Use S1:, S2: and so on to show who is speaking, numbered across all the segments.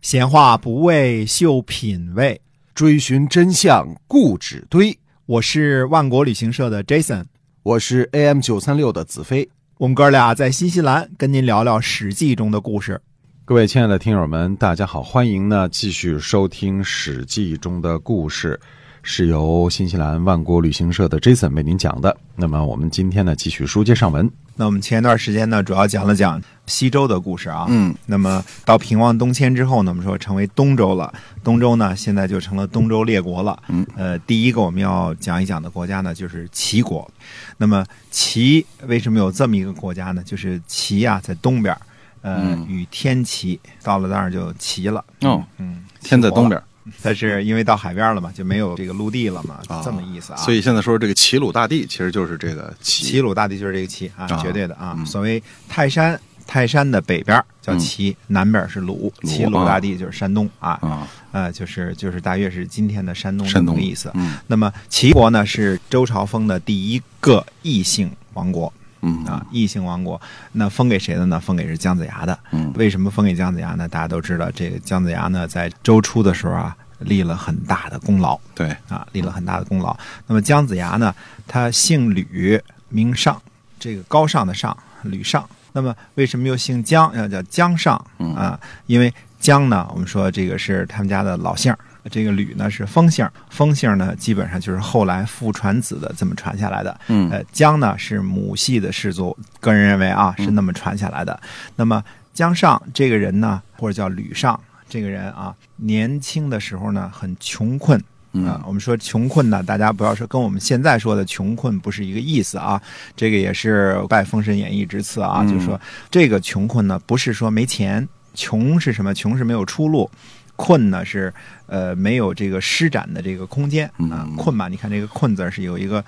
S1: 闲话不为秀品味，
S2: 追寻真相固执堆。
S1: 我是万国旅行社的 Jason，
S2: 我是 AM 九三六的子飞。
S1: 我们哥俩在新西兰跟您聊聊《史记》中的故事。
S2: 各位亲爱的听友们，大家好，欢迎呢继续收听《史记》中的故事，是由新西兰万国旅行社的 Jason 为您讲的。那么我们今天呢继续书接上文。
S1: 那我们前一段时间呢，主要讲了讲西周的故事啊。
S2: 嗯，
S1: 那么到平王东迁之后呢，我们说成为东周了。东周呢，现在就成了东周列国了。
S2: 嗯，
S1: 呃，第一个我们要讲一讲的国家呢，就是齐国。那么齐为什么有这么一个国家呢？就是齐啊，在东边儿，呃，
S2: 嗯
S1: 与天齐，到了那儿就齐了。
S2: 哦，
S1: 嗯，
S3: 天在东边，
S1: 但是因为到海边了嘛，就没有这个陆地了嘛，
S2: 啊
S1: 这么意思啊。
S3: 所以现在说这个齐鲁大地其实就是这个
S1: 齐
S3: 齐，
S1: 鲁大地就是这个齐啊，
S3: 啊
S1: 绝对的啊。
S3: 嗯
S1: 所谓泰山，泰山的北边儿叫
S3: 嗯
S1: 齐，南边儿是鲁，
S3: 鲁
S1: 齐鲁
S3: 啊
S1: 大地就是山东啊，
S3: 啊，
S1: 呃，就是就是大约是今天的山东这
S3: 山
S1: 么
S3: 东
S1: 个意思。
S3: 嗯
S1: 那么齐国呢是周朝封的第一个异姓王国
S3: 嗯
S1: 啊，异姓王国，那封给谁的呢？封给是姜子牙的。
S3: 嗯
S1: 为什么封给姜子牙呢？大家都知道，这个姜子牙呢在周初的时候啊立了很大的功劳。
S3: 对，
S1: 啊，立了很大的功劳。那么姜子牙呢，他姓吕，名尚，这个高尚的尚，吕尚。那么为什么又姓姜？要叫姜尚
S3: 嗯
S1: 啊？因为姜呢，我们说这个是他们家的老姓儿，这个吕呢是封姓儿，封姓儿呢基本上就是后来父传子的这么传下来的。
S3: 嗯
S1: 呃，姜呢是母系的氏族，个人认为啊是那么传下来的。那么姜尚这个人呢，或者叫吕尚这个人啊，年轻的时候呢很穷困啊、
S3: 嗯
S1: 我们说穷困呢，大家不要说跟我们现在说的穷困不是一个意思啊。这个也是拜《封神演义》之赐啊，
S3: 嗯
S1: 就是说这个穷困呢，不是说没钱，穷是什么？穷是没有出路。困呢是，呃，没有这个施展的这个空间啊
S3: 嗯。
S1: 困嘛，你看这个困字儿是有一个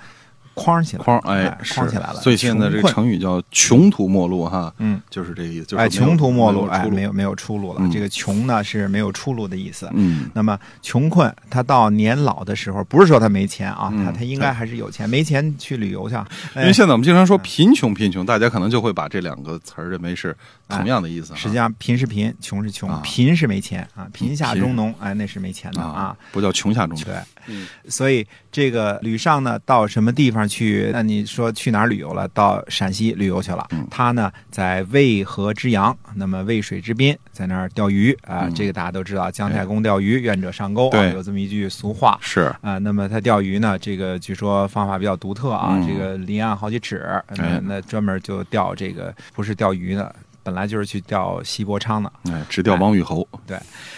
S1: 框起来的，
S3: 框
S1: 哎
S3: 哎
S1: 框
S3: 是
S1: 起来了。
S3: 所以现在这
S1: 穷
S3: 个
S1: 困
S3: 成语叫穷途末路哈，
S1: 嗯，
S3: 就是这个意思，就是
S1: 哎，穷途末路，哎，没
S3: 没有出
S1: 有没有出路了。
S3: 嗯
S1: 这个穷呢是没有出路的意思。
S3: 嗯
S1: 那么穷困，他到年老的时候，不是说他没钱啊，
S3: 嗯
S1: 他他应该还是有钱，没钱去旅游去啊。
S3: 因为现在我们经常
S1: 嗯
S3: 说贫穷，贫穷，大家可能就会把这两个词儿认为是同样的意思哈，
S1: 实际上哎贫是贫，穷是穷，
S3: 啊
S1: 贫是没钱啊，贫下
S3: 贫
S1: 中农，哎，那是没钱的啊
S3: 啊。，不叫穷下中
S1: 对
S3: 穷，，嗯
S1: 所以这个吕尚呢，到什么地方去？那你说去哪儿旅游了？到陕西旅游去了。
S3: 嗯
S1: 他呢，在渭河之阳，那么渭水之滨，在那儿钓鱼啊、
S3: 嗯
S1: 这个大家都知道，姜太公钓鱼，愿者上钩啊，
S3: 对
S1: 有这么一句俗话。
S3: 是，
S1: 啊、那么他钓鱼呢，这个据说方法比较独特啊，
S3: 嗯
S1: 这个离岸好几尺，那
S3: 哎
S1: 那专门就钓这个，不是钓鱼的，本来就是去钓西伯昌的。
S3: 哎，只钓王与侯，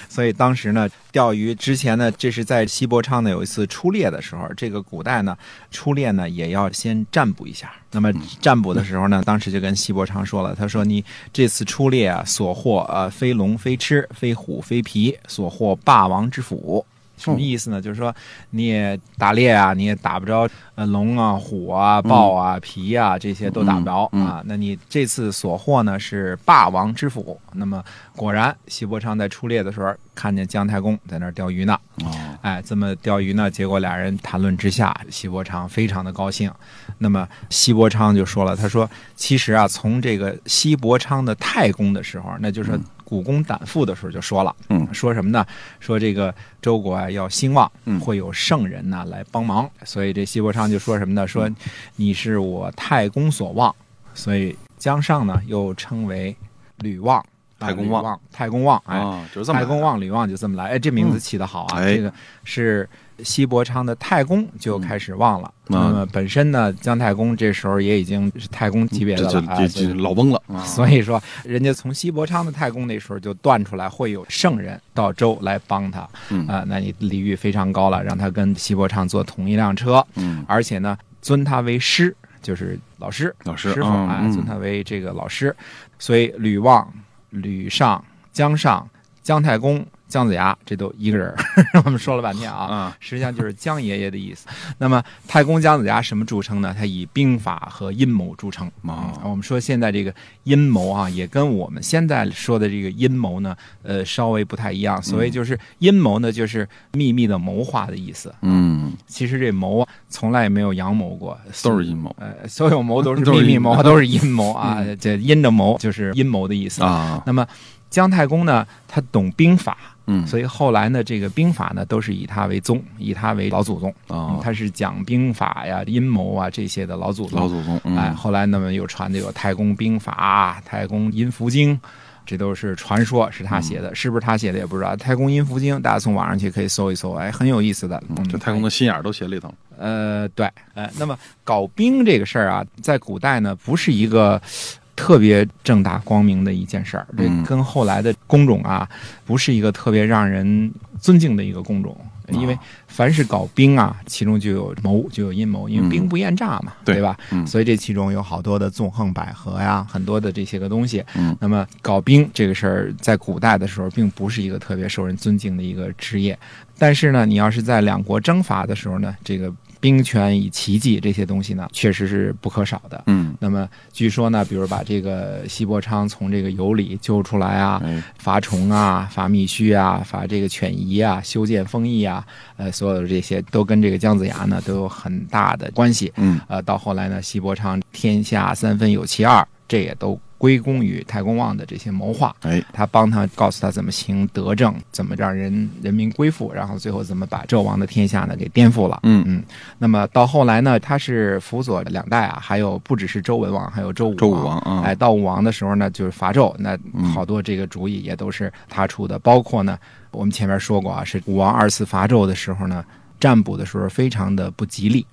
S1: 所以当时呢，钓鱼之前呢，这是在西伯昌呢有一次出猎的时候，这个古代呢，出猎呢也要先占卜一下。那
S3: 嗯
S1: 么占卜的时候呢，当时就跟西伯昌说了，他说你这次出猎啊，所获呃非龙非螭非虎非皮，所获霸王之
S3: 哦
S1: 斧。什么意思呢？就是说，你也打猎啊，你也打不着呃龙啊、虎啊、豹啊、皮啊这些都打不着、
S3: 嗯嗯
S1: 啊。那你这次所获呢是霸王之斧。那么果然，西伯昌在出猎的时候看见姜太公在那儿钓鱼呢。
S3: 哦，
S1: 哎，这么钓鱼呢，结果俩人谈论之下，西伯昌非常的高兴。那么西伯昌就说了，他说：“其实啊，从这个西伯昌的太公的时候，那就是说古公胆父的时候就说了，
S3: 嗯
S1: 说什么呢？说这个周国啊要兴旺，
S3: 嗯
S1: 会有圣人呐来帮忙。所以这西伯昌就说什么呢？说你是我太公所望，所以姜尚呢又称为吕望，啊
S3: 太公
S1: 吕
S3: 望
S1: 望，太公望，哎。
S3: 啊，就是这么来
S1: 太
S3: 的
S1: 公望吕望就这么来，哎，这名字起得好啊！
S3: 嗯哎
S1: 这个是西伯昌的太公就开始望了。
S3: 嗯
S1: 那么本身呢，姜太公这时候也已经是太公级别的
S3: 这
S1: 了
S3: 嗯这
S1: 啊，
S3: 这
S1: 所以
S3: 这老翁了，啊
S1: 所以说，人家从西伯昌的太公那时候就断出来，会有圣人到周来帮他啊、
S3: 嗯
S1: 那你礼遇非常高了，让他跟西伯昌坐同一辆车，
S3: 嗯，
S1: 而且呢，尊他为师，就是老师，
S3: 老师
S1: 师傅
S3: 嗯
S1: 啊，
S3: 嗯
S1: 尊他为这个老师。所以吕望、吕尚、姜尚、姜太公、姜子牙，这都一个人儿。 我们说了半天啊。
S3: 啊，
S1: 实际上就是姜爷爷的意思。那么太公姜子牙什么著称呢？他以兵法和阴谋著称。
S3: 哦
S1: 嗯我们说现在这个阴谋啊，也跟我们现在说的这个阴谋呢，呃，稍微不太一样。所谓
S3: 嗯
S1: 就是阴谋呢，就是秘密的谋划的意思。
S3: 嗯，
S1: 其实这谋啊，从来也没有阳谋过，
S3: 都是阴谋
S1: 呃，所 有谋都是
S3: 都
S1: 秘
S3: 是
S1: 密
S3: 阴
S1: 谋，
S3: 谋嗯
S1: 都是阴谋啊。这阴着谋就是阴谋的意思。
S3: 啊，
S1: 那么姜太公呢，他懂兵法，
S3: 嗯，
S1: 所以后来呢，这个兵法呢都是以他为宗，以他为老祖宗。嗯
S3: 啊，
S1: 他是讲兵法呀、阴谋啊这些的老祖宗。
S3: 老祖宗，嗯
S1: 哎，后来那么又传的有太公兵法、啊太公阴符经，这都是传说，是
S3: 嗯
S1: 他写的，是不是他写的也不知道。太公阴符经，大家从网上去可以搜一搜，哎，很有意思的。嗯，
S3: 这太空的心眼儿都写里头了，
S1: 呃，对，呃，那么搞兵这个事儿啊，在古代呢，不是一个特别正大光明的一件事儿，这
S3: 嗯
S1: 跟后来的工种啊，不是一个特别让人尊敬的一个工种。因为凡是搞兵啊，其中就有谋，就有阴谋，因为
S3: 嗯
S1: 兵不厌诈嘛，
S3: 对
S1: 吧？
S3: 嗯
S1: 所以这其中有好多的纵横捭阖呀，很多的这些个东西。
S3: 嗯
S1: 那么搞兵这个事儿，在古代的时候，并不是一个特别受人尊敬的一个职业。但是呢，你要是在两国征伐的时候呢，这个兵权以奇技这些东西呢，确实是不可少的。
S3: 嗯，
S1: 那么据说呢，比如把这个西伯昌从这个油里救出来啊，
S3: 哎，
S1: 伐虫啊，伐苜蓿啊，伐这个犬夷啊，修建封邑啊，呃，所有的这些都跟这个姜子牙呢都有很大的关系。
S3: 嗯，
S1: 呃，到后来呢，西伯昌天下三分有其二，这也都归功于太公望的这些谋划。
S3: 哎，
S1: 他帮他告诉他怎么行德政，怎么让人人民归附，然后最后怎么把纣王的天下呢给颠覆了。
S3: 嗯
S1: 嗯，那么到后来呢，他是辅佐两代啊，还有不只是周文王，还有周武
S3: 周武王啊
S1: 哎，到武王的时候呢，就是伐纣，那好多这个主意也都是他出的，包括呢，我们前面说过啊，是武王二次伐纣的时候呢，占卜的时候非常的不吉利，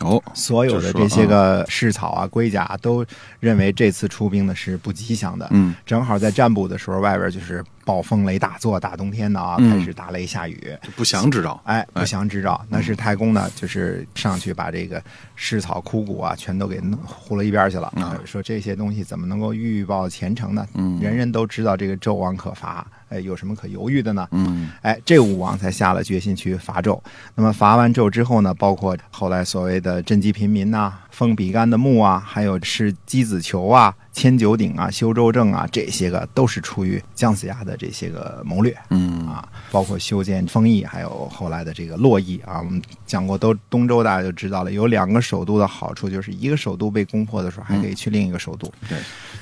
S3: 哦，
S1: 所有的这些个市草啊、龟甲、啊、都认为这次出兵呢是不吉祥的。
S3: 嗯，
S1: 正好在占卜的时候，外边就是暴风雷大作，大冬天的啊，
S3: 嗯
S1: 开始打雷下雨。
S3: 这不祥之兆，
S1: 哎，不祥之兆。那是太公呢，就是上去把这个市草、枯骨啊，全都给弄糊了一边儿去了、
S3: 啊嗯
S1: 呃说这些东西怎么能够预报前程呢？人人都知道这个纣王可伐，哎，有什么可犹豫的呢？
S3: 嗯，
S1: 哎，这武王才下了决心去伐纣。那么伐完纣之后呢，包括后来所谓的赈济贫民呐、封比干的墓啊，还有是箕子球啊、迁九鼎啊、修周正啊，这些个都是出于姜子牙的这些个谋略。
S3: 嗯
S1: 啊，包括修建丰邑，还有后来的这个洛邑啊，我们讲过都东周，大家就知道了。有两个首都的好处，就是一个首都被攻破的时候，还可以去另一个首都，
S3: 嗯对，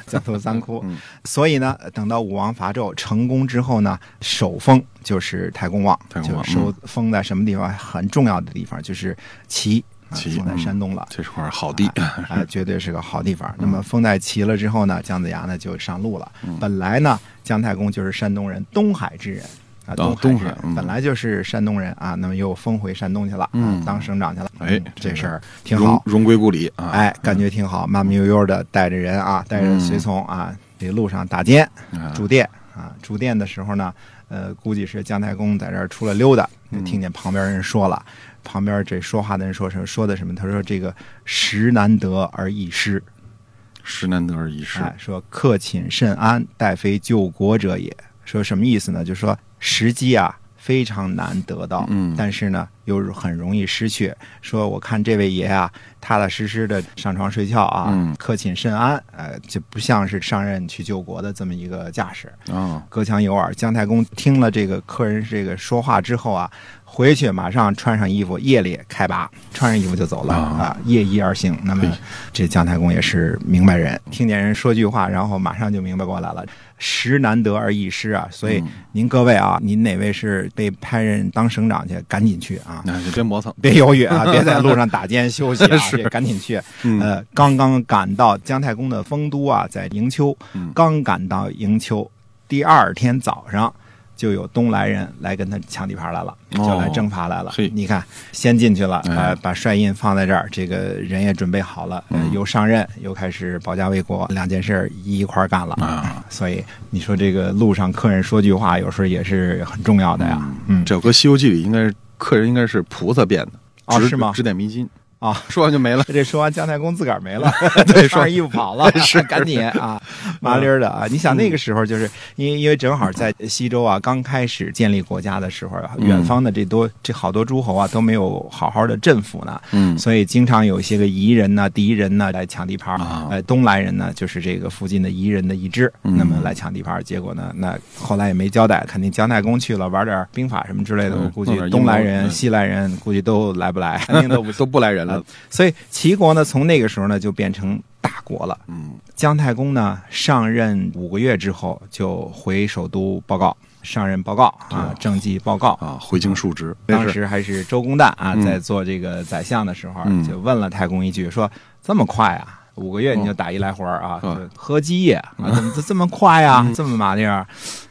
S1: 三头三窟。
S3: 嗯
S1: 所以呢，等到武王伐纣成功之后呢，首封就是太公望，
S3: 太公望嗯
S1: 就收封在什么地方？很重要的地方就是齐，啊
S3: 齐嗯
S1: 封在山东了。
S3: 这是块好地， 嗯
S1: 啊、绝对是个好地方。那么封在齐了之后呢，姜子牙呢就上路了。
S3: 嗯
S1: 本来呢，姜太公就是山东人，东海之人。啊，
S3: 哦
S1: 东之人
S3: 东海嗯
S1: 本来就是山东人啊，那么又封回山东去了，
S3: 嗯
S1: 啊当省长去了，
S3: 哎
S1: 嗯这事儿挺
S3: 荣
S1: 好，
S3: 荣归故里啊，
S1: 哎，感觉挺好，慢慢悠悠的带着人啊，带着随从啊，这路上打尖，
S3: 啊，
S1: 住店啊，住店的时候呢，呃，估计是姜太公在这儿出来溜达，就听见旁边人说了，旁边这说话的人说什么说的什么？他说这个时难得而易失，
S3: 时难得而已失，
S1: 哎，说克寝慎安，殆非救国者也。说什么意思呢？就说时机啊非常难得到，
S3: 嗯
S1: 但是呢又很容易失去。说我看这位爷啊，踏踏实实的上床睡觉啊，
S3: 嗯
S1: 克寝慎安，呃，就不像是上任去救国的这么一个架势。
S3: 啊，
S1: 隔墙有耳。姜太公听了这个客人这个说话之后啊，回去马上穿上衣服，夜里开拔，穿上衣服就走了
S3: 啊
S1: 啊，夜移而行。那么
S3: 嘿
S1: 这姜太公也是明白人，听见人说句话，然后马上就明白过来了。时难得而易失啊，所以您各位啊，您哪位是被派任当省长去，赶紧去啊！
S3: 那就别磨蹭，
S1: 别犹豫 啊，别在路上打尖休息啊，也赶紧去。
S3: 嗯
S1: 呃，刚刚赶到姜太公的丰都啊，在营丘，
S3: 嗯
S1: 刚赶到营丘，第二天早上。就有东来人来跟他抢地盘来了，
S3: 哦
S1: 就来征伐来了。
S3: 嘿
S1: 你看，先进去了，
S3: 哎嗯
S1: 呃，把帅印放在这儿，这个人也准备好了，呃，又上任，又开始保家卫国，两件事儿一块儿干了
S3: 啊。
S1: 所以你说这个路上客人说句话，有时候也是很重要的呀。嗯，
S3: 这首歌《西游记》里应该是客人应该是菩萨变的，
S1: 哦
S3: 指
S1: 是吗
S3: 指点迷津
S1: 啊，
S3: 说完就没了，
S1: 这说完，姜太公自个儿没 了，对， 穿上衣服跑了，是 赶紧啊，麻溜儿的
S3: 嗯
S1: 啊！你想那个时候，就是因为因为正好在西周啊刚开始建立国家的时候啊，
S3: 嗯
S1: 远方的这多这好多诸侯啊都没有好好的镇抚呢，
S3: 嗯
S1: 所以经常有一些个夷人呐、敌人呐来抢地盘儿
S3: 啊。嗯
S1: 呃，东来人呢就是这个附近的夷人的一支，那么来抢地盘儿。结果呢，那后来也没交代，肯定姜太公去了玩点儿兵法什么之类的，
S3: 嗯
S1: 我估计
S3: 弄点阴
S1: 东来
S3: 谋
S1: 人、
S3: 嗯
S1: 西来 人估计都来不来，肯定都不嗯
S3: 都不来人了
S1: 啊，所以齐国呢，从那个时候呢，就变成大国了。
S3: 嗯
S1: 姜太公呢上任五个月之后就回首都报告，上任报告啊，政绩报告。
S3: 啊，回京述职，
S1: 当
S3: 那是
S1: 时还是周公旦啊，
S3: 嗯
S1: 在做这个宰相的时候，啊
S3: 嗯
S1: 就问了太公一句，说这么快啊？五个月你就打一来回儿啊，
S3: 哦嗯
S1: 就喝鸡呀啊，怎么这这么快呀、这么麻利儿？啊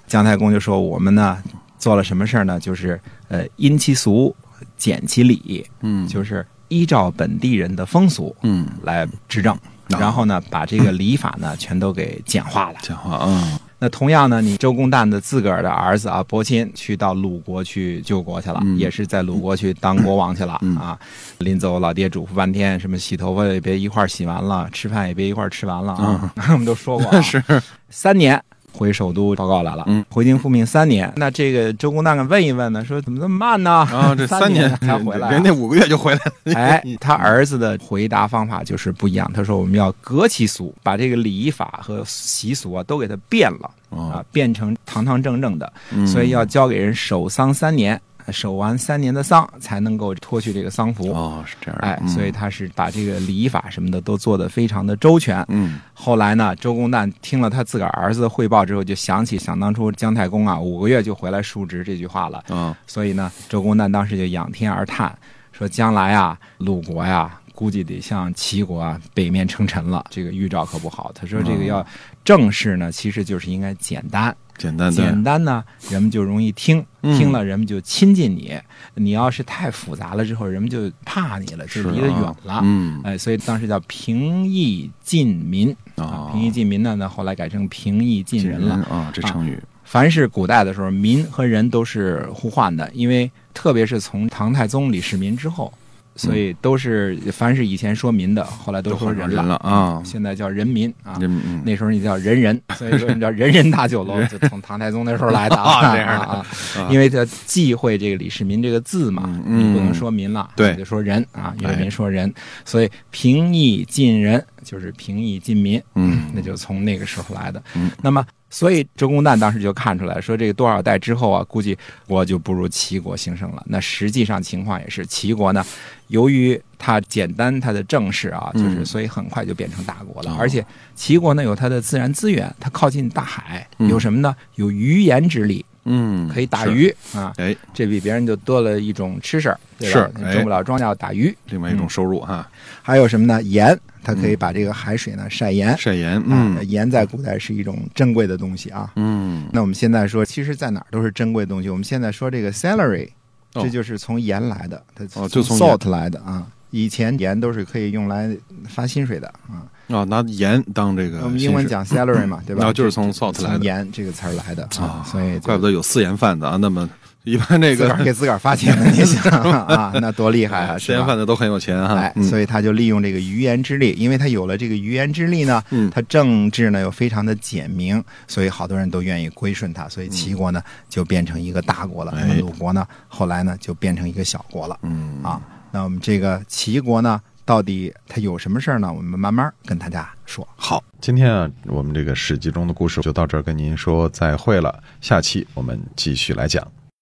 S1: 姜太公就说：“我们呢做了什么事儿呢？就是呃，因其俗，简其礼，
S3: 嗯
S1: 就是依照本地人的风俗
S3: 嗯哦
S1: 来执政，然后呢，把这个礼法呢全都给简化了。
S3: 讲 话啊，
S1: 那同样呢，你周公旦的自个儿的儿子啊，伯钦去到鲁国去救国去了，
S3: 嗯
S1: 也是在鲁国去当国王去了、啊。临走，老爹嘱咐半天，什么洗头发也别一块儿洗完了，吃饭也别一块儿吃完了
S3: 嗯
S1: 啊。我们都说 过、啊，是三年。回首都报告来了，
S3: 嗯
S1: 回京复命三年。那这个周公旦敢问一问呢，说怎么这么慢呢？
S3: 啊，这
S1: 三
S3: 年
S1: 才回来啊、
S3: 人家五个月就回来了，
S1: 哎，他儿子的回答方法就是不一样。他说我们要革其俗，把这个礼仪法和习俗啊都给它变了
S3: 哦
S1: 啊，变成堂堂正正的。
S3: 嗯
S1: 所以要交给人守丧三年，守完三年的丧才能够脱去这个丧服。
S3: 哦，是这样的，
S1: 哎，
S3: 嗯
S1: 所以他是把这个礼仪法什么的都做得非常的周全。
S3: 嗯
S1: 后来呢，周公旦听了他自个儿儿子的汇报之后，就想起想当初姜太公啊五个月就回来述职这句话了。
S3: 啊，
S1: 所以呢，周公旦当时就仰天而叹，说将来啊，鲁国呀、估计得向齐国啊北面称臣了，这个预兆可不好。他说这个要正式呢，其实就是应该简单，
S3: 简单
S1: 简
S3: 的，
S1: 单呢，人们就容易听，
S3: 嗯
S1: 听了人们就亲近你。你要是太复杂了之后，人们就怕你了，就是离得
S3: 啊
S1: 远了。
S3: 嗯
S1: 哎，所以当时叫平易近民
S3: 哦
S1: 啊，平易近民呢，呢后来改成平易近人了。
S3: 啊，这成语，
S1: 凡是古代的时候，民和人都是互换的，因为特别是从唐太宗李世民之后，所以都是、凡是以前说民的，后来都说人
S3: 都换成人了啊
S1: 现在叫人民啊。
S3: 嗯嗯
S1: 那时候你叫人 人，所以说你叫人人大酒楼，就从唐太宗那时候来的
S3: 啊这样的
S1: 啊，啊因为他忌讳这个李世民这个字嘛，
S3: 嗯
S1: 你不能说民了，
S3: 对
S1: 你就说人啊，
S3: 哎
S1: 人民说人，所以平易近人就是平易近民，
S3: 嗯
S1: 那就从那个时候来的。
S3: 嗯
S1: 那么，所以周公旦当时就看出来说，这个多少代之后啊，估计我就不如齐国兴盛了。那实际上情况也是，齐国呢，由于它简单，它的政事啊，就
S3: 嗯
S1: 是所以很快就变成大国了。
S3: 哦
S1: 而且齐国呢有它的自然资源，它靠近大海，
S3: 嗯
S1: 有什么呢？有鱼盐之力，
S3: 嗯，
S1: 可以打
S3: 是，
S1: 鱼啊，
S3: 哎，
S1: 这比别人就多了一种吃食儿，对吧？
S3: 是哎
S1: 种不了庄稼打鱼，
S3: 另外一种收入哈，
S1: 还有什么呢？盐，它可以把这个海水呢晒盐。
S3: 晒盐，
S1: 啊，
S3: 嗯
S1: 盐在古代是一种珍贵的东西啊。
S3: 嗯，
S1: 那我们现在说，其实在哪儿都是珍贵的东西。我们现在说这个 celery，
S3: 哦
S1: 这就是从盐来的，它
S3: 哦就从盐
S1: salt 来的啊。以前盐都是可以用来发薪水的啊。
S3: 啊，拿盐当这个
S1: 我们英文
S3: 薪水，
S1: 讲 salary 嘛，对吧？
S3: 啊就是从 salt 来的
S1: 从盐这个词儿来的啊
S3: 啊，
S1: 所以就
S3: 怪不得有四盐贩子啊，那么 一般这
S1: 自个
S3: 个
S1: 儿给自个儿发钱呢，你想啊，那多厉害啊！
S3: 四
S1: 是吧
S3: 盐贩子都很有钱啊哈嗯
S1: 哎，，所以他就利用这个鱼言之力，因为他有了这个鱼言之力呢
S3: 嗯，
S1: 他政治呢又非常的简明，所以好多人都愿意归顺他，所以齐国呢就变成一个大国了，
S3: 嗯哎
S1: 那么鲁国呢后来呢就变成一个小国了
S3: 嗯
S1: 啊。那我们这个齐国呢，到底它有什么事儿呢？我们慢慢跟大家说。
S3: 好，
S2: 今天啊，我们这个史记中的故事就到这儿，跟您说再会了。下期我们继续来讲。